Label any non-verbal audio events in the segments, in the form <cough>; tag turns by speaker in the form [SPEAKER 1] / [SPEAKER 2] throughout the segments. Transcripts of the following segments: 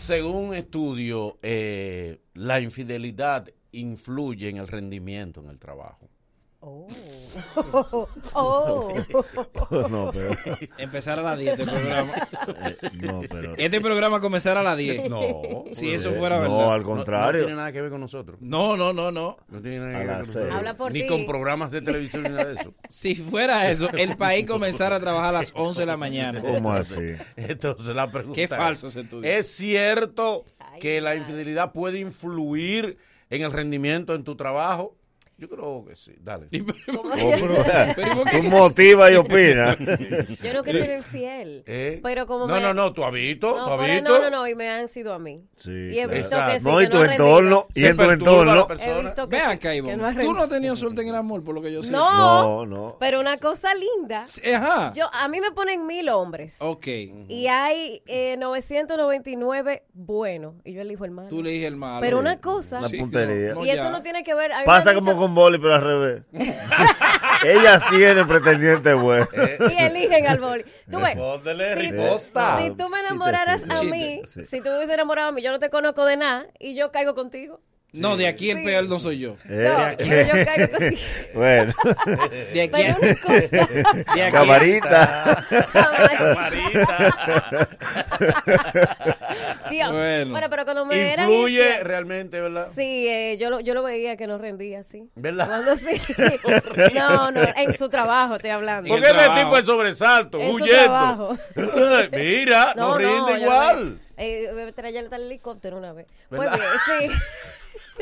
[SPEAKER 1] Según estudio, eh, la infidelidad influye en el rendimiento en el trabajo.
[SPEAKER 2] Oh. <laughs> oh.
[SPEAKER 3] <laughs> No, pero.
[SPEAKER 4] Empezar a las 10 este programa.
[SPEAKER 3] eh, no, pero. eh,
[SPEAKER 4] Este programa comenzará a las 10.
[SPEAKER 1] No.
[SPEAKER 4] Si
[SPEAKER 1] porque
[SPEAKER 4] eso fuera
[SPEAKER 3] No,
[SPEAKER 4] verdad.
[SPEAKER 3] al
[SPEAKER 1] No,
[SPEAKER 3] contrario.
[SPEAKER 1] tiene nada que ver con nosotros.
[SPEAKER 4] No, no, no, no.
[SPEAKER 1] No tiene nada
[SPEAKER 3] A
[SPEAKER 1] que ver con
[SPEAKER 3] las seis.
[SPEAKER 1] nosotros.
[SPEAKER 2] Habla por
[SPEAKER 1] ni
[SPEAKER 2] ti.
[SPEAKER 1] con programas de televisión ni nada de eso.
[SPEAKER 4] Si fuera eso, el país comenzara a trabajar a las 11 de la mañana.
[SPEAKER 3] ¿Cómo así?
[SPEAKER 1] <laughs> Entonces la pregunta
[SPEAKER 4] Qué
[SPEAKER 1] es,
[SPEAKER 4] falso ese estudio.
[SPEAKER 1] ¿Es cierto
[SPEAKER 2] Ay,
[SPEAKER 1] que la
[SPEAKER 2] madre.
[SPEAKER 1] infidelidad puede influir en el rendimiento en tu trabajo? Yo creo que sí. Dale.
[SPEAKER 3] Oh, pero-
[SPEAKER 4] Pero ¿y por qué?
[SPEAKER 3] <laughs> Tú motivas y opinas.
[SPEAKER 2] Yo nunca he sido infiel.
[SPEAKER 1] ¿Eh?
[SPEAKER 2] Pero como
[SPEAKER 1] no,
[SPEAKER 2] me-
[SPEAKER 1] no, no, tú has visto, tú
[SPEAKER 2] No,
[SPEAKER 1] has
[SPEAKER 2] pero
[SPEAKER 1] visto.
[SPEAKER 2] no, no, no, y me han sido a mí.
[SPEAKER 3] Sí,
[SPEAKER 2] y he
[SPEAKER 3] claro.
[SPEAKER 2] visto que sí,
[SPEAKER 1] Exacto.
[SPEAKER 3] No,
[SPEAKER 2] que
[SPEAKER 3] y tu
[SPEAKER 2] ha rendido.
[SPEAKER 3] entorno. Y
[SPEAKER 1] Se
[SPEAKER 3] en tu
[SPEAKER 1] perturba la
[SPEAKER 3] entorno.
[SPEAKER 1] persona.
[SPEAKER 2] He visto que
[SPEAKER 4] Ve
[SPEAKER 2] sí,
[SPEAKER 4] acá,
[SPEAKER 2] que
[SPEAKER 4] Ivonne.
[SPEAKER 2] no ha
[SPEAKER 4] Tú
[SPEAKER 2] rendido.
[SPEAKER 4] no tenías suerte en el amor, por lo que yo sé.
[SPEAKER 2] No,
[SPEAKER 3] No, no.
[SPEAKER 2] pero una cosa linda.
[SPEAKER 4] Eh, Ajá.
[SPEAKER 2] Yo, a mí me ponen mil hombres.
[SPEAKER 4] Ok.
[SPEAKER 2] Y hay eh, 999 buenos. Y yo elijo el malo.
[SPEAKER 4] Tú le dije el malo.
[SPEAKER 2] Pero una cosa.
[SPEAKER 3] La puntería.
[SPEAKER 2] y eso no tiene que ver. a mí me
[SPEAKER 3] Pasa
[SPEAKER 2] han
[SPEAKER 3] como
[SPEAKER 2] dicho-
[SPEAKER 3] con boli, pero
[SPEAKER 2] <laughs>
[SPEAKER 3] al revés. Ellas tienen pretendiente bueno.
[SPEAKER 2] Y eligen al
[SPEAKER 3] <laughs>
[SPEAKER 2] boli. Tú ves.
[SPEAKER 1] Póndele
[SPEAKER 2] si-
[SPEAKER 1] riposta.
[SPEAKER 2] Si tú me
[SPEAKER 3] Chistecito.
[SPEAKER 2] enamoraras a
[SPEAKER 3] Chiste,
[SPEAKER 2] mí,
[SPEAKER 3] sí.
[SPEAKER 2] si tú me hubieses enamorado a mí, yo no te conozco de nada y yo caigo contigo.
[SPEAKER 4] No, de aquí el peor no soy yo.
[SPEAKER 3] ¿Eh?
[SPEAKER 2] No, yo caigo
[SPEAKER 3] <laughs>
[SPEAKER 2] contigo.
[SPEAKER 3] bueno, Eh,
[SPEAKER 4] De aquí,
[SPEAKER 2] Pero una
[SPEAKER 4] <laughs>
[SPEAKER 2] cosa,
[SPEAKER 4] de aquí-
[SPEAKER 3] camarita.
[SPEAKER 2] cabrón.
[SPEAKER 1] Marita.
[SPEAKER 2] <laughs> Dios.
[SPEAKER 4] Bueno.
[SPEAKER 2] Bueno. pero cuando me eran
[SPEAKER 1] Influye
[SPEAKER 2] infiel-
[SPEAKER 1] realmente, ¿verdad?
[SPEAKER 2] Sí, eh, yo, lo, yo lo veía que no rendía así.
[SPEAKER 1] ¿Verdad? <laughs>
[SPEAKER 2] Cuando sí. no, no, en su trabajo estoy hablando.
[SPEAKER 4] En
[SPEAKER 1] Porque
[SPEAKER 4] el
[SPEAKER 1] ese
[SPEAKER 4] trabajo.
[SPEAKER 1] tipo es sobresalto,
[SPEAKER 2] En su
[SPEAKER 1] huyendo.
[SPEAKER 2] trabajo.
[SPEAKER 1] <laughs> Mira, no, rinde
[SPEAKER 2] yo
[SPEAKER 1] igual.
[SPEAKER 2] lo veía. Eh, me traía el helicóptero una vez. Pues
[SPEAKER 1] ¿Verdad?
[SPEAKER 2] bien, sí.
[SPEAKER 1] <laughs>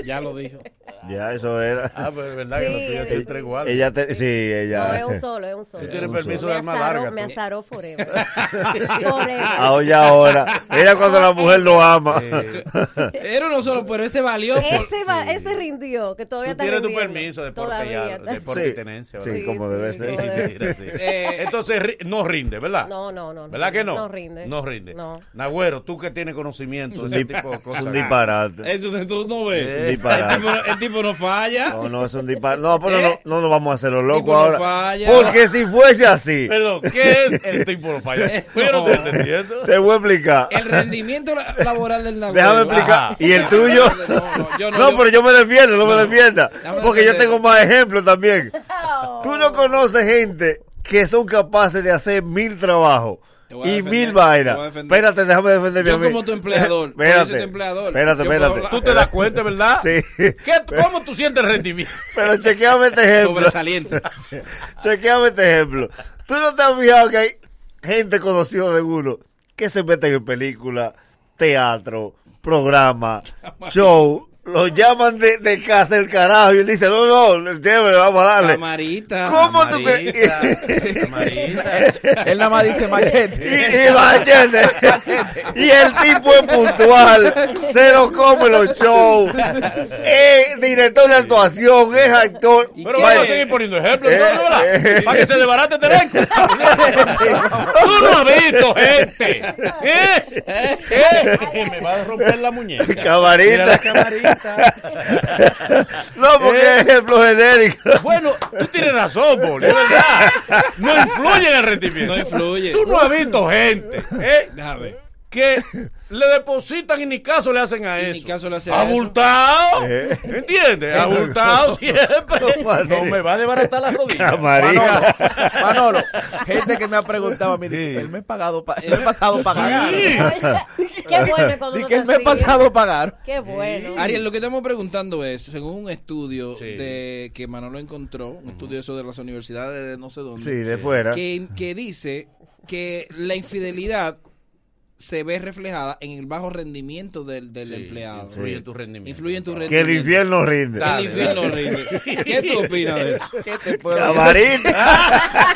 [SPEAKER 4] Ya lo dijo.
[SPEAKER 3] ya, eso era.
[SPEAKER 1] Ah, pero es verdad que
[SPEAKER 2] Sí,
[SPEAKER 1] los tuyos
[SPEAKER 2] es-
[SPEAKER 1] son tres iguales.
[SPEAKER 3] Ella te, sí, ella.
[SPEAKER 2] No, es un solo, es un solo.
[SPEAKER 1] Tú tienes
[SPEAKER 3] un
[SPEAKER 1] permiso
[SPEAKER 2] me
[SPEAKER 1] de arma
[SPEAKER 2] azaró-
[SPEAKER 1] larga.
[SPEAKER 2] Me
[SPEAKER 1] tú. <laughs>
[SPEAKER 2] azaró forever. Forever.
[SPEAKER 3] Ah, oye, ahora. Mira cuando la mujer lo ama.
[SPEAKER 1] Eh,
[SPEAKER 3] <laughs>
[SPEAKER 4] Era uno solo, pero ese valió. por-
[SPEAKER 2] Ese, va- ese rindió, que todavía
[SPEAKER 1] Tú
[SPEAKER 2] está
[SPEAKER 1] tienes tu
[SPEAKER 2] rindiendo.
[SPEAKER 1] permiso de por ya,
[SPEAKER 2] Todavía.
[SPEAKER 1] de por
[SPEAKER 3] Sí,
[SPEAKER 1] tenencia.
[SPEAKER 3] sí,
[SPEAKER 1] ¿verdad?
[SPEAKER 3] como debe
[SPEAKER 2] sí,
[SPEAKER 3] ser.
[SPEAKER 2] como debe ser.
[SPEAKER 1] Mira, sí.
[SPEAKER 4] Eh,
[SPEAKER 1] Entonces ri- no rinde, ¿verdad?
[SPEAKER 2] No, no, no. no.
[SPEAKER 1] ¿Verdad que no?
[SPEAKER 2] No rinde.
[SPEAKER 1] No rinde.
[SPEAKER 2] No.
[SPEAKER 1] Nagüero, tú que tienes conocimiento de
[SPEAKER 3] un
[SPEAKER 1] ese tipo de
[SPEAKER 3] Es
[SPEAKER 1] cosas.
[SPEAKER 3] un disparate.
[SPEAKER 4] Eso de- tú no ves.
[SPEAKER 3] Un
[SPEAKER 4] El tipo,
[SPEAKER 3] Eh, disparate.
[SPEAKER 4] no- el tipo no falla.
[SPEAKER 3] No, no, es un disparate. No, pero no,
[SPEAKER 4] ¿Eh?
[SPEAKER 3] no nos vamos a hacer los locos
[SPEAKER 4] Tipo, no
[SPEAKER 3] ahora.
[SPEAKER 4] falla.
[SPEAKER 3] Porque si fuese así,
[SPEAKER 1] Perdón, ¿qué es el tipo de
[SPEAKER 3] <laughs>
[SPEAKER 1] falla? Yo no estoy entendiendo.
[SPEAKER 3] te voy a explicar.
[SPEAKER 4] El rendimiento la- laboral del Nagüero.
[SPEAKER 3] Déjame explicar.
[SPEAKER 1] Ajá.
[SPEAKER 3] ¿Y el tuyo?
[SPEAKER 4] No, no, yo no, yo-
[SPEAKER 3] pero yo me defiendo, no, me defienda.
[SPEAKER 4] Déjame
[SPEAKER 3] Porque yo
[SPEAKER 4] defender.
[SPEAKER 3] tengo más ejemplos también.
[SPEAKER 2] Oh.
[SPEAKER 3] Tú no conoces gente que son capaces de hacer mil trabajos
[SPEAKER 4] Te voy a
[SPEAKER 3] y
[SPEAKER 4] defender,
[SPEAKER 3] mil
[SPEAKER 4] te voy a
[SPEAKER 3] vainas.
[SPEAKER 4] defender.
[SPEAKER 3] Espérate, déjame defenderme
[SPEAKER 4] Yo
[SPEAKER 3] a mí.
[SPEAKER 4] como
[SPEAKER 3] <laughs>
[SPEAKER 4] tu empleador, porque yo
[SPEAKER 3] espérate,
[SPEAKER 4] soy tu empleador.
[SPEAKER 3] Espérate,
[SPEAKER 4] Yo puedo
[SPEAKER 3] espérate.
[SPEAKER 4] hablar.
[SPEAKER 1] Tú te das cuenta, ¿verdad?
[SPEAKER 3] Sí.
[SPEAKER 1] ¿Qué- ¿Cómo tú sientes el rendimiento?
[SPEAKER 3] Pero chequeame este ejemplo.
[SPEAKER 4] Sobresaliente.
[SPEAKER 3] <laughs> chequeame este ejemplo. Tú no te has fijado que hay gente conocida de uno que se meten en películas, teatro, programa, show. Los llaman de, de casa el carajo y él dice, no, no, lléveme, vamos a darle.
[SPEAKER 4] Camarita.
[SPEAKER 3] ¿Cómo tú
[SPEAKER 1] Marita,
[SPEAKER 3] crees?
[SPEAKER 4] <laughs>
[SPEAKER 1] Marita.
[SPEAKER 5] Él nada más dice
[SPEAKER 3] Y,
[SPEAKER 5] machete.
[SPEAKER 3] y machete. Y el tipo es puntual. Se lo come los shows. Es director de actuación, es actor.
[SPEAKER 1] Pero
[SPEAKER 4] qué?
[SPEAKER 1] vamos a
[SPEAKER 3] Vaya,
[SPEAKER 1] seguir poniendo ejemplos,
[SPEAKER 3] Eh,
[SPEAKER 1] entonces, ¿verdad?
[SPEAKER 3] eh.
[SPEAKER 1] Para que se desbarate este elenco. Tú no has visto, gente. ¿Eh? ¿Eh? Me va a romper la muñeca. Mira la
[SPEAKER 3] Camarita.
[SPEAKER 1] camarita.
[SPEAKER 3] No, porque es ejemplo <laughs> genérico.
[SPEAKER 1] Bueno, tú tienes razón, Boli, es verdad. No influye en el rendimiento.
[SPEAKER 4] No influye.
[SPEAKER 1] Tú no has visto gente ¿eh?
[SPEAKER 4] Déjame ver.
[SPEAKER 1] que le depositan y ni caso le hacen a
[SPEAKER 4] Y
[SPEAKER 1] eso.
[SPEAKER 4] ni caso le hacen a eso.
[SPEAKER 1] Abultado.
[SPEAKER 3] Eh.
[SPEAKER 1] ¿Entiendes? Abultado siempre.
[SPEAKER 3] ¿Cómo así?
[SPEAKER 1] No me va a desbaratar las
[SPEAKER 3] <laughs>
[SPEAKER 1] rodillas.
[SPEAKER 5] Manolo,
[SPEAKER 3] Camarita.
[SPEAKER 5] Manolo, gente que me ha preguntado a mí, dice, él me ha pagado, pa- el mes pasado pagaron.
[SPEAKER 1] Sí.
[SPEAKER 2] Qué bueno cuando
[SPEAKER 5] Dice
[SPEAKER 2] uno
[SPEAKER 5] que
[SPEAKER 2] te
[SPEAKER 5] el mes
[SPEAKER 2] sigue.
[SPEAKER 5] pasado pagaron.
[SPEAKER 2] Qué bueno.
[SPEAKER 4] Ariel, lo que estamos preguntando es, según un estudio
[SPEAKER 1] Sí.
[SPEAKER 4] de que Manolo encontró, un estudio eso de las universidades de no sé dónde,
[SPEAKER 3] Sí, de fuera.
[SPEAKER 4] que, que dice que la infidelidad se ve reflejada en el bajo rendimiento del, del
[SPEAKER 1] Sí,
[SPEAKER 4] empleado.
[SPEAKER 1] Influye en tu rendimiento.
[SPEAKER 4] Influye en tu
[SPEAKER 3] Que el
[SPEAKER 4] rendimiento.
[SPEAKER 3] infierno rinde.
[SPEAKER 4] El infierno rinde. ¿Qué tú opinas de eso?
[SPEAKER 5] ¿Qué te puedo decir?
[SPEAKER 3] Camarita.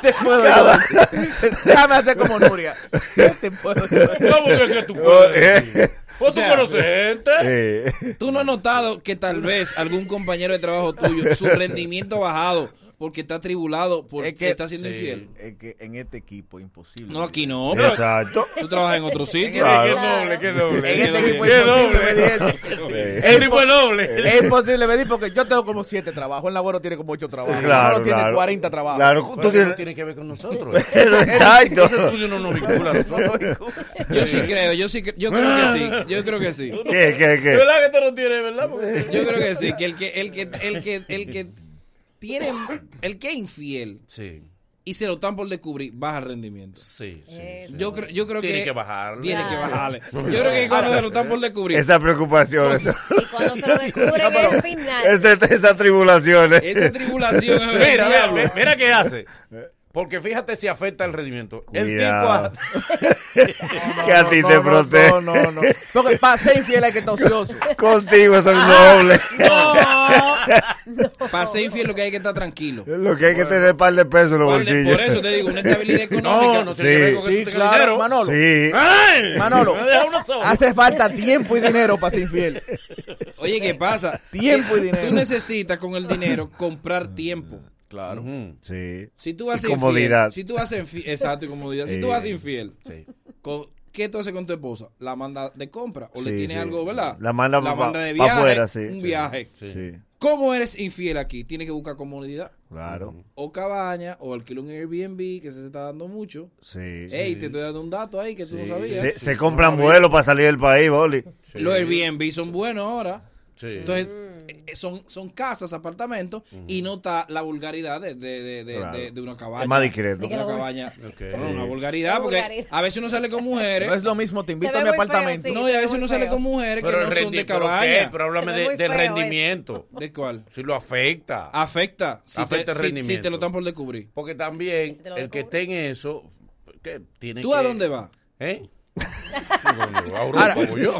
[SPEAKER 5] ¿Qué te puedo yo decir? Déjame hacer como Nuria. ¿Qué te puedo yo decir?
[SPEAKER 1] ¿Cómo que, es que
[SPEAKER 3] <laughs>
[SPEAKER 1] tú puedes decir? Pues tú
[SPEAKER 4] O sea,
[SPEAKER 1] conoces gente.
[SPEAKER 3] Eh,
[SPEAKER 4] Tú no has notado que tal vez algún compañero de trabajo tuyo, su rendimiento ha bajado porque está tribulado, porque
[SPEAKER 5] Es que-
[SPEAKER 4] está siendo
[SPEAKER 1] Sí.
[SPEAKER 4] infiel.
[SPEAKER 5] Es que en este equipo imposible.
[SPEAKER 4] No, aquí no.
[SPEAKER 3] Exacto.
[SPEAKER 4] Tú trabajas en otro sitio.
[SPEAKER 3] Claro.
[SPEAKER 1] Qué noble, qué noble.
[SPEAKER 5] En este
[SPEAKER 4] Qué
[SPEAKER 5] equipo
[SPEAKER 4] doble,
[SPEAKER 5] imposible,
[SPEAKER 1] qué doble.
[SPEAKER 5] me dice.
[SPEAKER 3] Eh, noble.
[SPEAKER 6] El tipo es noble.
[SPEAKER 5] Es posible medir porque yo tengo como siete trabajos. El abuelo tiene como ocho trabajos. el
[SPEAKER 3] Claro,
[SPEAKER 5] abuelo tiene
[SPEAKER 3] claro.
[SPEAKER 5] 40 trabajos.
[SPEAKER 3] Claro, tú
[SPEAKER 1] Pero eso no
[SPEAKER 3] tienes...
[SPEAKER 1] tiene que ver con nosotros. eh.
[SPEAKER 3] Pero
[SPEAKER 6] Ese
[SPEAKER 3] exacto.
[SPEAKER 6] estudio no nos vincula a nosotros.
[SPEAKER 4] Yo sí creo, yo sí cre- yo creo que sí, yo creo que sí.
[SPEAKER 3] <laughs> ¿Qué, qué,
[SPEAKER 6] De
[SPEAKER 3] qué?
[SPEAKER 6] verdad que te lo tienes, ¿verdad? Porque-
[SPEAKER 4] Yo creo que sí, que el que el que el que el que tiene el que es infiel
[SPEAKER 1] Sí,
[SPEAKER 4] y se lo están por descubrir baja rendimiento.
[SPEAKER 1] sí, sí.
[SPEAKER 2] Eso.
[SPEAKER 4] Yo creo yo creo
[SPEAKER 1] Tiene
[SPEAKER 4] que
[SPEAKER 1] que bajarle.
[SPEAKER 4] Tiene que
[SPEAKER 2] Claro.
[SPEAKER 1] <laughs>
[SPEAKER 4] bajarle. Yo creo que cuando se lo están por descubrir
[SPEAKER 3] Esa preocupación, esa,
[SPEAKER 2] Y cuando se lo descubren
[SPEAKER 5] No, pero-
[SPEAKER 2] el final.
[SPEAKER 3] <laughs> ese- esas tribulaciones.
[SPEAKER 4] esa tribulación es del
[SPEAKER 1] Mira, vea,
[SPEAKER 4] diablo. Eh.
[SPEAKER 1] ve- mira qué hace. Porque fíjate si afecta el rendimiento. El tipo
[SPEAKER 3] Cuidado.
[SPEAKER 1] a-
[SPEAKER 3] que a ti te protege.
[SPEAKER 5] No, no, no. Porque para ser infiel hay que estar ocioso.
[SPEAKER 3] Contigo son nobles. <laughs>
[SPEAKER 4] Para ser infiel lo que hay que estar tranquilo.
[SPEAKER 3] Lo que hay que tener par de pesos en los
[SPEAKER 4] Vale,
[SPEAKER 3] bolsillos.
[SPEAKER 4] por eso te digo, una estabilidad económica.
[SPEAKER 1] No, no tiene que ver con que
[SPEAKER 5] Sí,
[SPEAKER 1] tú tengas
[SPEAKER 5] claro,
[SPEAKER 1] dinero.
[SPEAKER 5] Manolo.
[SPEAKER 3] Sí.
[SPEAKER 1] ¡Ay!
[SPEAKER 5] Manolo,
[SPEAKER 1] Me deja uno solo.
[SPEAKER 5] hace falta tiempo y dinero para ser infiel.
[SPEAKER 4] Oye, ¿qué pasa?
[SPEAKER 5] <laughs> Tiempo y
[SPEAKER 4] Que
[SPEAKER 5] dinero.
[SPEAKER 4] Tú necesitas con el dinero comprar tiempo.
[SPEAKER 5] Claro.
[SPEAKER 1] Ujú,
[SPEAKER 3] Sí.
[SPEAKER 4] Si tú vas
[SPEAKER 3] Mm, Y comodidad.
[SPEAKER 4] infiel, si tú vas infiel, exacto, y comodidad. Si tú
[SPEAKER 3] Eh.
[SPEAKER 4] vas infiel,
[SPEAKER 1] sí.
[SPEAKER 4] con- ¿qué tú haces con tu esposa? La manda de compra o le
[SPEAKER 3] Sí,
[SPEAKER 4] tienes
[SPEAKER 3] sí,
[SPEAKER 4] algo,
[SPEAKER 3] sí.
[SPEAKER 4] ¿verdad?
[SPEAKER 3] La manda pa-
[SPEAKER 4] de
[SPEAKER 3] pa'
[SPEAKER 4] viaje,
[SPEAKER 3] afuera, sí,
[SPEAKER 4] un
[SPEAKER 3] sí,
[SPEAKER 4] viaje.
[SPEAKER 3] Sí.
[SPEAKER 4] ¿Cómo eres infiel aquí? Tienes que buscar comodidad
[SPEAKER 3] Claro.
[SPEAKER 4] o cabaña o alquilar un Airbnb que se está dando mucho.
[SPEAKER 3] Sí.
[SPEAKER 4] Ey, te estoy dando un dato ahí que tú no sabías.
[SPEAKER 3] se, se compran vuelos para salir del país, Boli.
[SPEAKER 1] Sí.
[SPEAKER 4] Los Airbnb son buenos ahora.
[SPEAKER 1] Sí.
[SPEAKER 4] Entonces,
[SPEAKER 2] Mm.
[SPEAKER 4] eh, son, son casas, apartamentos, y no está la vulgaridad de, de, de, de,
[SPEAKER 3] Claro.
[SPEAKER 4] de- de una cabaña.
[SPEAKER 3] Es más discreto.
[SPEAKER 4] Una cabaña.
[SPEAKER 1] Ok.
[SPEAKER 4] Bueno, una vulgaridad,
[SPEAKER 2] Una
[SPEAKER 4] porque
[SPEAKER 2] vulgaridad.
[SPEAKER 4] a veces uno sale con mujeres.
[SPEAKER 5] No es lo mismo, te invito
[SPEAKER 2] Se
[SPEAKER 5] a
[SPEAKER 2] ve muy
[SPEAKER 5] mi
[SPEAKER 2] feo,
[SPEAKER 5] apartamento.
[SPEAKER 2] sí.
[SPEAKER 4] no, y a veces uno sale
[SPEAKER 2] feo.
[SPEAKER 4] con mujeres que
[SPEAKER 1] Pero el
[SPEAKER 4] no son de
[SPEAKER 1] rendi- ¿pero qué?
[SPEAKER 4] cabaña.
[SPEAKER 1] Pero háblame
[SPEAKER 2] Se ve
[SPEAKER 1] de-
[SPEAKER 2] muy
[SPEAKER 1] del
[SPEAKER 2] feo
[SPEAKER 1] rendimiento.
[SPEAKER 4] ¿De cuál?
[SPEAKER 1] Si lo afecta.
[SPEAKER 4] Ah. Afecta. Si
[SPEAKER 1] Afecta el
[SPEAKER 4] te, si- Si,
[SPEAKER 1] rendimiento.
[SPEAKER 4] te lo están por descubrir.
[SPEAKER 1] Porque también
[SPEAKER 2] si te lo
[SPEAKER 1] el que esté en eso, que tiene
[SPEAKER 4] ¿Tú
[SPEAKER 1] que-
[SPEAKER 4] a dónde vas?
[SPEAKER 1] ¿Eh? A Europa, voy yo.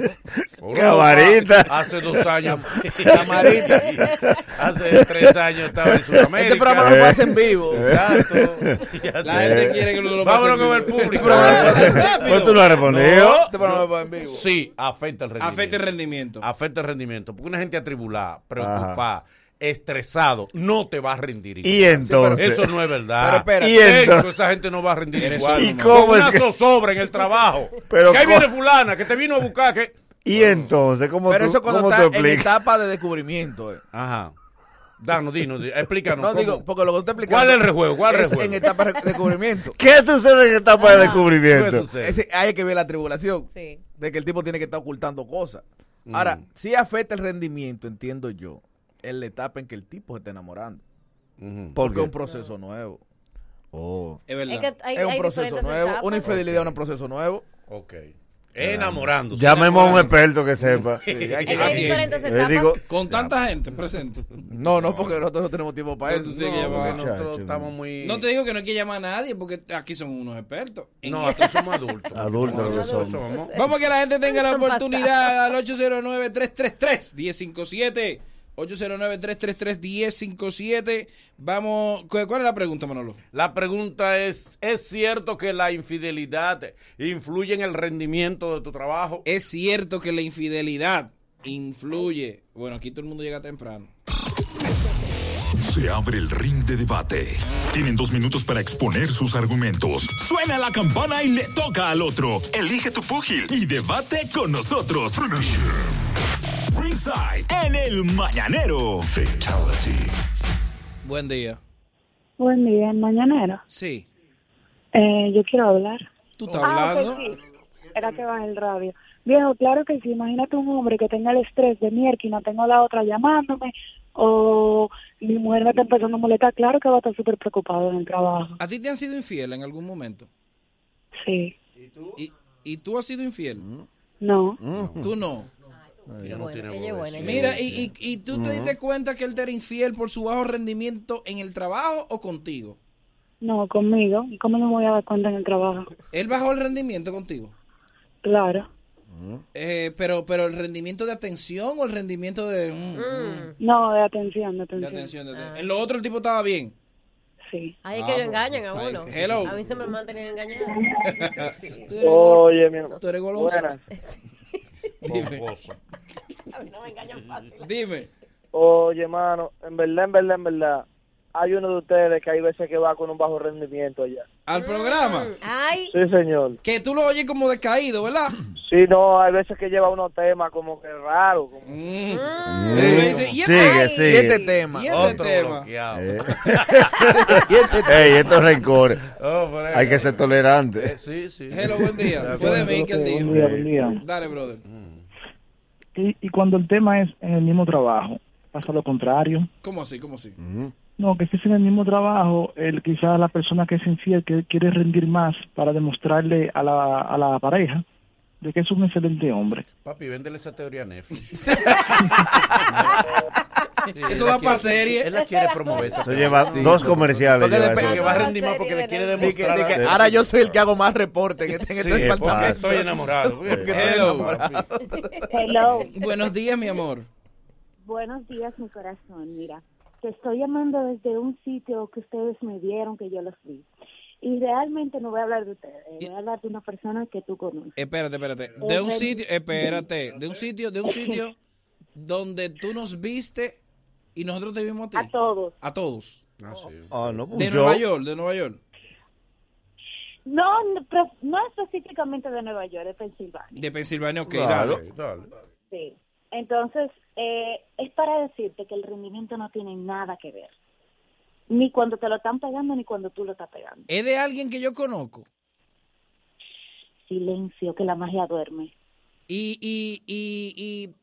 [SPEAKER 1] Europa.
[SPEAKER 3] Camarita.
[SPEAKER 1] Hace dos años.
[SPEAKER 5] Camarita.
[SPEAKER 1] Hace tres años estaba en Sudamérica.
[SPEAKER 5] Este programa
[SPEAKER 3] Eh.
[SPEAKER 5] lo hacen en
[SPEAKER 3] <laughs>
[SPEAKER 5] vivo.
[SPEAKER 1] Exacto. Ya
[SPEAKER 4] La
[SPEAKER 1] sé.
[SPEAKER 4] gente quiere que lo, lo
[SPEAKER 1] Vámonos
[SPEAKER 4] pasen
[SPEAKER 1] con el
[SPEAKER 4] vivo.
[SPEAKER 1] público.
[SPEAKER 3] Pues tú lo has respondido.
[SPEAKER 5] Este programa lo hacen en vivo.
[SPEAKER 1] Sí, afecta el rendimiento.
[SPEAKER 4] Afecta el rendimiento.
[SPEAKER 1] Afecta el rendimiento. Porque una gente atribulada, preocupada, estresado, no te va a rendir igual.
[SPEAKER 3] Y entonces.
[SPEAKER 1] Eso no es
[SPEAKER 5] Pero
[SPEAKER 1] verdad.
[SPEAKER 5] espérate.
[SPEAKER 3] Y entonces-
[SPEAKER 1] Eso, esa gente no va a rendir
[SPEAKER 4] Eres
[SPEAKER 1] igual.
[SPEAKER 4] un
[SPEAKER 1] ¿Y
[SPEAKER 3] mamón.
[SPEAKER 1] cómo
[SPEAKER 3] es
[SPEAKER 1] una
[SPEAKER 3] que-
[SPEAKER 1] zozobra en el trabajo.
[SPEAKER 3] Pero
[SPEAKER 1] que ahí
[SPEAKER 3] co-
[SPEAKER 1] viene fulana, que te vino a buscar, que...
[SPEAKER 3] y entonces, ¿cómo
[SPEAKER 5] Pero
[SPEAKER 3] tú,
[SPEAKER 5] eso cuando
[SPEAKER 3] cómo
[SPEAKER 5] está
[SPEAKER 3] tú
[SPEAKER 5] en
[SPEAKER 3] explicas?
[SPEAKER 5] etapa de descubrimiento. eh.
[SPEAKER 1] Ajá. Danos, dinos, di- explícanos.
[SPEAKER 5] No
[SPEAKER 1] cómo-
[SPEAKER 5] digo, porque lo que usted explicó.
[SPEAKER 1] ¿Cuál es el rejuego? ¿Cuál es el
[SPEAKER 5] es
[SPEAKER 1] rejuego?
[SPEAKER 5] en etapa de
[SPEAKER 3] <laughs>
[SPEAKER 5] descubrimiento.
[SPEAKER 3] ¿Qué sucede en etapa de descubrimiento?
[SPEAKER 1] ¿Qué sucede?
[SPEAKER 5] Ese- hay que ver la tribulación.
[SPEAKER 2] Sí.
[SPEAKER 5] de que el tipo tiene que estar ocultando cosas. Ahora, sí afecta el rendimiento, entiendo yo, en la etapa en que el tipo se está enamorando.
[SPEAKER 1] Ujú.
[SPEAKER 3] ¿Por
[SPEAKER 5] Porque es
[SPEAKER 3] qué?
[SPEAKER 5] un proceso nuevo.
[SPEAKER 3] Oh.
[SPEAKER 4] Es verdad.
[SPEAKER 2] Es que hay,
[SPEAKER 5] es un
[SPEAKER 2] hay
[SPEAKER 5] proceso
[SPEAKER 2] diferentes
[SPEAKER 5] nuevo.
[SPEAKER 2] etapas.
[SPEAKER 5] Una infidelidad es un proceso nuevo.
[SPEAKER 1] Ok. Enamorándose.
[SPEAKER 3] Llamemos a un experto que sepa.
[SPEAKER 5] <laughs>
[SPEAKER 3] <laughs>
[SPEAKER 5] Sí, hay
[SPEAKER 2] Hay,
[SPEAKER 5] que-
[SPEAKER 2] hay
[SPEAKER 4] Aquí.
[SPEAKER 2] diferentes
[SPEAKER 3] Le
[SPEAKER 2] etapas.
[SPEAKER 3] digo-
[SPEAKER 4] Con tanta
[SPEAKER 1] <laughs>
[SPEAKER 4] gente presente.
[SPEAKER 5] no, no, porque nosotros no tenemos tiempo para eso.
[SPEAKER 4] Entonces, tiene que
[SPEAKER 1] No,
[SPEAKER 4] llamar-
[SPEAKER 1] porque nosotros
[SPEAKER 3] Muchacho,
[SPEAKER 1] estamos muy...
[SPEAKER 4] No te digo que no hay que llamar a nadie porque aquí son unos expertos. En-
[SPEAKER 1] No, nosotros somos adultos.
[SPEAKER 3] Adultos lo que somos.
[SPEAKER 1] somos.
[SPEAKER 4] Vamos a que la gente tenga la
[SPEAKER 2] Han pasado.
[SPEAKER 4] oportunidad al 809-333-1057. 809-333-1057. Vamos. ¿cu- ¿Cuál es la pregunta, Manolo?
[SPEAKER 1] La pregunta es, ¿es cierto que la infidelidad influye en el rendimiento de tu trabajo?
[SPEAKER 4] <laughs> ¿Es cierto que la infidelidad influye? Bueno, aquí todo el mundo llega temprano.
[SPEAKER 7] Se abre el ring de debate. Tienen dos minutos para exponer sus argumentos. Suena la campana y le toca al otro. Elige tu púgil y debate con nosotros. Ringside en el mañanero.
[SPEAKER 4] Buen día.
[SPEAKER 8] Buen día, el Pues mañanero.
[SPEAKER 4] Sí.
[SPEAKER 8] Eh, yo quiero hablar.
[SPEAKER 4] ¿Tú estás
[SPEAKER 8] Ah,
[SPEAKER 4] hablando?
[SPEAKER 8] ok, sí. Era que baje el radio. Viejo, claro que sí. Imagínate un hombre que tenga el estrés de mierda y no tengo la otra llamándome o mi mujer me está empezando a molestar. Claro que va a estar súper preocupado en el trabajo.
[SPEAKER 4] ¿A ti te han sido infiel en algún momento?
[SPEAKER 8] Sí.
[SPEAKER 4] ¿Y, y tú has sido infiel?
[SPEAKER 8] No.
[SPEAKER 4] Tú no.
[SPEAKER 2] Qué bueno, qué pues, bueno.
[SPEAKER 4] Mira, y, y- y tú te diste cuenta que él te era infiel por su bajo rendimiento en el trabajo o contigo?
[SPEAKER 8] No, conmigo. ¿Y cómo no me voy a dar cuenta en el trabajo?
[SPEAKER 4] Él bajó el rendimiento contigo.
[SPEAKER 8] Claro.
[SPEAKER 4] Eh, pero, pero el rendimiento de atención o el rendimiento de. mm,
[SPEAKER 8] No, de atención, de
[SPEAKER 4] mm, de
[SPEAKER 8] atención.
[SPEAKER 4] atención, de atención. En lo otro el tipo estaba bien.
[SPEAKER 8] Sí.
[SPEAKER 2] Ay,
[SPEAKER 5] Ah,
[SPEAKER 2] es que lo engañan
[SPEAKER 5] pues,
[SPEAKER 2] a uno.
[SPEAKER 4] Ay, hello.
[SPEAKER 2] A mí siempre me han tenido
[SPEAKER 5] <laughs>
[SPEAKER 2] engañada.
[SPEAKER 4] Tú eres,
[SPEAKER 9] Oye, mi amor.
[SPEAKER 4] tú eres golosa.
[SPEAKER 9] Buenas.
[SPEAKER 4] Dime. Dime.
[SPEAKER 9] Oye, mano, en verdad, en verdad, en verdad. hay uno de ustedes que hay veces que va con un bajo rendimiento allá.
[SPEAKER 4] Al programa.
[SPEAKER 2] Ay,
[SPEAKER 9] Sí, señor.
[SPEAKER 4] Que tú lo oyes como decaído, ¿verdad?
[SPEAKER 9] Sí, no, hay veces que lleva unos temas como que raros. Como...
[SPEAKER 4] Mm.
[SPEAKER 3] Sí.
[SPEAKER 4] me dice, "Y este-
[SPEAKER 3] Sigue,
[SPEAKER 4] ay,
[SPEAKER 5] Y
[SPEAKER 3] sigue. <laughs> Eh.
[SPEAKER 5] este tema.
[SPEAKER 4] y este
[SPEAKER 10] Otro
[SPEAKER 4] tema.
[SPEAKER 10] bloqueado.
[SPEAKER 1] Eh,
[SPEAKER 5] Y este tema.
[SPEAKER 3] Ey, estos rencores.
[SPEAKER 10] Oh, pero-
[SPEAKER 3] Hay que ser
[SPEAKER 10] Eh,
[SPEAKER 3] tolerantes.
[SPEAKER 10] sí, sí.
[SPEAKER 4] Hello, buen <laughs> día. Fue de mí que él dijo.
[SPEAKER 3] día, buen
[SPEAKER 4] Dale, brother.
[SPEAKER 9] Y, y cuando el tema es en el mismo trabajo, pasa lo contrario.
[SPEAKER 4] ¿Cómo así? ¿Cómo así?
[SPEAKER 9] No, que si es en el mismo trabajo, el, quizás la persona que es infiel, que quiere rendir más para demostrarle a la, a la pareja de que es un excelente hombre.
[SPEAKER 10] Papi, véndele esa teoría a Nefi.
[SPEAKER 1] <laughs>
[SPEAKER 4] Eso da pa' serie.
[SPEAKER 10] Él la quiere promover. esa
[SPEAKER 3] Eso
[SPEAKER 10] teoría.
[SPEAKER 3] lleva dos comerciales.
[SPEAKER 5] Porque
[SPEAKER 3] lleva
[SPEAKER 5] depende-
[SPEAKER 3] eso.
[SPEAKER 10] Que va a rendir más porque
[SPEAKER 2] Serie
[SPEAKER 10] le
[SPEAKER 2] de
[SPEAKER 10] quiere
[SPEAKER 2] Nefi.
[SPEAKER 5] Di que-
[SPEAKER 10] demostrar.
[SPEAKER 5] di que
[SPEAKER 10] a-
[SPEAKER 5] ahora yo soy el que hago más reporte en este, en este
[SPEAKER 10] Sí, porque
[SPEAKER 1] pues,
[SPEAKER 5] departamento.
[SPEAKER 10] estoy enamorado.
[SPEAKER 5] estoy enamorado.
[SPEAKER 10] <laughs> papi.
[SPEAKER 8] Hello.
[SPEAKER 4] Buenos días, mi amor.
[SPEAKER 8] Buenos días, mi corazón. Mira, te estoy llamando desde un sitio que ustedes me vieron, que yo los vi. Y realmente no voy a hablar de ustedes, voy a hablar de una persona que tú conoces.
[SPEAKER 4] Espérate, espérate. De un
[SPEAKER 8] <laughs>
[SPEAKER 4] sitio, espérate, de un sitio, de un sitio donde tú nos viste y nosotros te vimos a
[SPEAKER 8] A
[SPEAKER 4] ti.
[SPEAKER 8] todos.
[SPEAKER 4] A todos.
[SPEAKER 10] Ah, sí.
[SPEAKER 3] Ah, no, pues
[SPEAKER 4] De
[SPEAKER 3] yo-
[SPEAKER 4] Nueva York, de Nueva York.
[SPEAKER 8] No, no, pero no específicamente de Nueva York, de Pensilvania.
[SPEAKER 4] De Pensilvania, ok,
[SPEAKER 3] Claro.
[SPEAKER 4] dale.
[SPEAKER 8] Sí. Entonces, eh, es para decirte que el rendimiento no tiene nada que ver. Ni cuando te lo están pegando, ni cuando tú lo estás pegando.
[SPEAKER 4] Es de alguien que yo conozco.
[SPEAKER 8] Silencio, que la magia duerme.
[SPEAKER 4] Y, y, y, y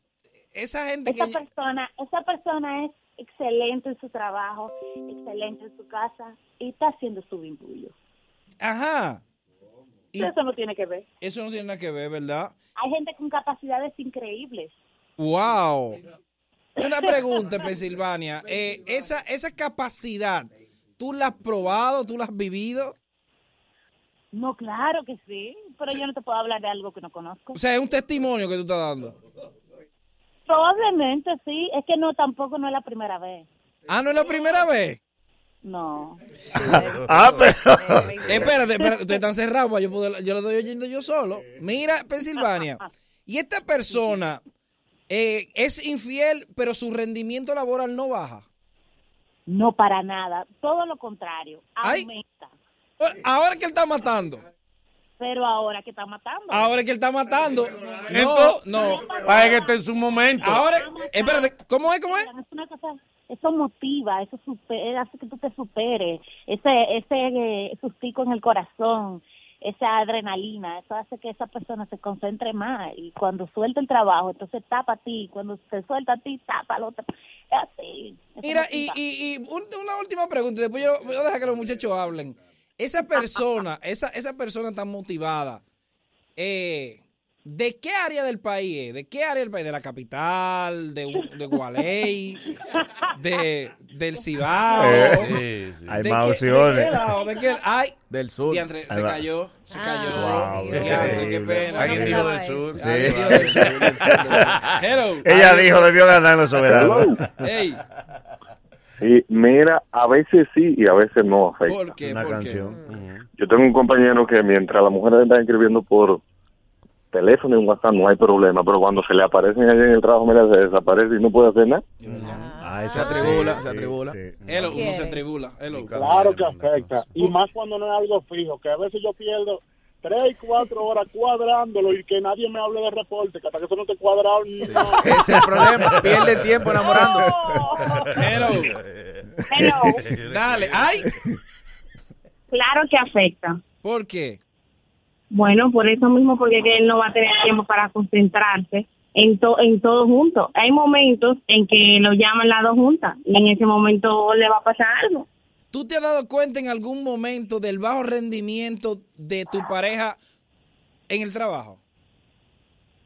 [SPEAKER 4] esa gente
[SPEAKER 8] Esa
[SPEAKER 4] que...
[SPEAKER 8] persona, esa persona es excelente en su trabajo, excelente en su casa y está haciendo su bimbullo.
[SPEAKER 4] Ajá. Y
[SPEAKER 8] Eso no tiene que ver.
[SPEAKER 4] eso no tiene nada que ver, ¿verdad?
[SPEAKER 8] Hay gente con capacidades increíbles.
[SPEAKER 4] Wow. Una pregunta, Pensilvania. Eh, esa, esa capacidad, ¿tú la has probado? ¿Tú la has vivido?
[SPEAKER 8] No, claro que sí, pero yo no te puedo hablar de algo que no conozco.
[SPEAKER 4] O sea, es un testimonio que tú estás dando.
[SPEAKER 8] Probablemente sí, es que no, tampoco no es la primera vez.
[SPEAKER 4] Ah, no es la primera vez.
[SPEAKER 8] No.
[SPEAKER 3] Ah, pero.
[SPEAKER 4] Espérate, espérate, ustedes están cerrados, pues, yo, pude- yo lo estoy oyendo yo solo. Mira, Pensilvania. Y esta persona eh, es infiel, pero su rendimiento laboral no baja.
[SPEAKER 8] No, para nada. Todo lo contrario.
[SPEAKER 4] Ay.
[SPEAKER 8] Aumenta.
[SPEAKER 4] Ahora es que él está matando.
[SPEAKER 8] Pero ahora que está matando.
[SPEAKER 4] Ahora es que él está matando. No,
[SPEAKER 10] Entonces-
[SPEAKER 4] no.
[SPEAKER 10] Vaya que está en su momento.
[SPEAKER 4] Ahora, espérate, ¿cómo es? ¿Cómo es?
[SPEAKER 8] Es una cosa, eso motiva, eso supera, hace que tú te superes. Ese, ese eh, sustico en el corazón, esa adrenalina, eso hace que esa persona se concentre más. Y cuando suelta el trabajo, entonces tapa a ti. Cuando se suelta a ti, tapa al otro. Es así. eso
[SPEAKER 4] Mira, y,
[SPEAKER 8] motiva.
[SPEAKER 4] y- y un- una última pregunta, y después yo, yo voy a dejar que los muchachos hablen. Esa persona, esa, esa persona tan motivada, eh, ¿de qué área del país es? ¿De qué área del país? ¿De la capital? ¿De, de Gualey? De, ¿Del Cibao?
[SPEAKER 3] Eh,
[SPEAKER 10] Sí, sí.
[SPEAKER 3] Hay
[SPEAKER 4] ¿De
[SPEAKER 3] más
[SPEAKER 4] qué- ¿De qué
[SPEAKER 3] opciones.
[SPEAKER 4] lado? ¿De qué- Ay,
[SPEAKER 5] Del sur.
[SPEAKER 4] diantre,
[SPEAKER 3] Ahí
[SPEAKER 4] se
[SPEAKER 3] va.
[SPEAKER 4] cayó, se
[SPEAKER 2] Ah,
[SPEAKER 4] cayó.
[SPEAKER 3] Wow,
[SPEAKER 2] Dios.
[SPEAKER 4] Diantre, qué
[SPEAKER 3] increíble.
[SPEAKER 4] pena.
[SPEAKER 10] Alguien dijo del
[SPEAKER 2] eso.
[SPEAKER 10] sur.
[SPEAKER 3] Sí.
[SPEAKER 4] Ay, Dios del sur, del sur, del
[SPEAKER 3] <laughs>
[SPEAKER 4] sur. Hello.
[SPEAKER 3] Ella dijo, debió ganar los soberanos.
[SPEAKER 4] Hey,
[SPEAKER 9] Y mira, a veces sí y a veces no afecta.
[SPEAKER 4] ¿por
[SPEAKER 3] "Pues,
[SPEAKER 4] qué?
[SPEAKER 3] Una
[SPEAKER 4] ¿Por qué?
[SPEAKER 3] canción.
[SPEAKER 9] Yo tengo un compañero que mientras las mujeres están escribiendo por teléfono y en WhatsApp no hay problema, pero cuando se le aparecen allá en el trabajo, mira, se desaparece y no puede hacer nada.
[SPEAKER 3] Ah, eso
[SPEAKER 5] Se atribula, se atribula.
[SPEAKER 4] Hello,
[SPEAKER 2] No
[SPEAKER 4] uno se
[SPEAKER 2] quiere.
[SPEAKER 4] atribula. Hello.
[SPEAKER 9] Claro que afecta. Y más cuando no es algo fijo, que a veces yo pierdo tres, cuatro horas cuadrándolo y que nadie me hable de reporte, que hasta que eso no te cuadra, no.
[SPEAKER 5] Ese es el
[SPEAKER 3] <laughs>
[SPEAKER 5] problema. Pierde tiempo enamorándose.
[SPEAKER 7] <laughs>
[SPEAKER 4] Hello.
[SPEAKER 10] Eh.
[SPEAKER 8] Pero
[SPEAKER 4] Dale. Ay.
[SPEAKER 8] claro que afecta.
[SPEAKER 4] ¿Por qué?
[SPEAKER 8] Bueno, por eso mismo, porque es que él no va a tener tiempo para concentrarse en, to- en todo junto. Hay momentos en que lo llaman las dos juntas y en ese momento le va a pasar algo.
[SPEAKER 4] ¿Tú te has dado cuenta en algún momento del bajo rendimiento de tu pareja en el trabajo?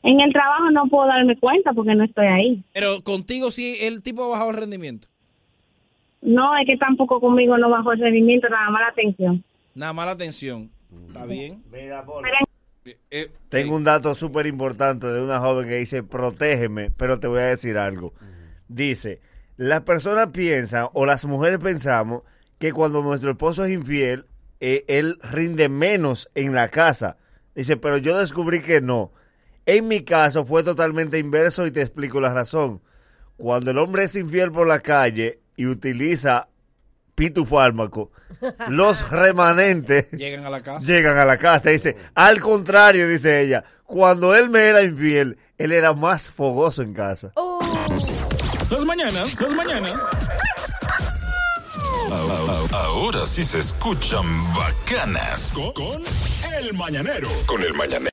[SPEAKER 8] En el trabajo no puedo darme cuenta porque no estoy ahí.
[SPEAKER 4] Pero contigo sí el tipo ha bajado el rendimiento.
[SPEAKER 8] No, es que tampoco conmigo no bajo el rendimiento, nada más la atención.
[SPEAKER 4] Nada mala atención. ¿Está bien? Eh, eh,
[SPEAKER 3] Tengo un dato súper importante de una joven que dice, protégeme, pero te voy a decir algo. Dice, las personas piensan, o las mujeres pensamos, que cuando nuestro esposo es infiel, eh, él rinde menos en la casa. Dice, pero yo descubrí que no. En mi caso fue totalmente inverso y te explico la razón. Cuando el hombre es infiel por la calle y utiliza pitufármaco, los remanentes
[SPEAKER 4] Llegan a la casa.
[SPEAKER 3] llegan a la casa. Dice, al contrario, dice ella, cuando él me era infiel, él era más fogoso en casa.
[SPEAKER 2] Uh,
[SPEAKER 7] Las mañanas, las mañanas. A- a- Ahora sí se escuchan bacanas con, con el mañanero. Con el mañanero.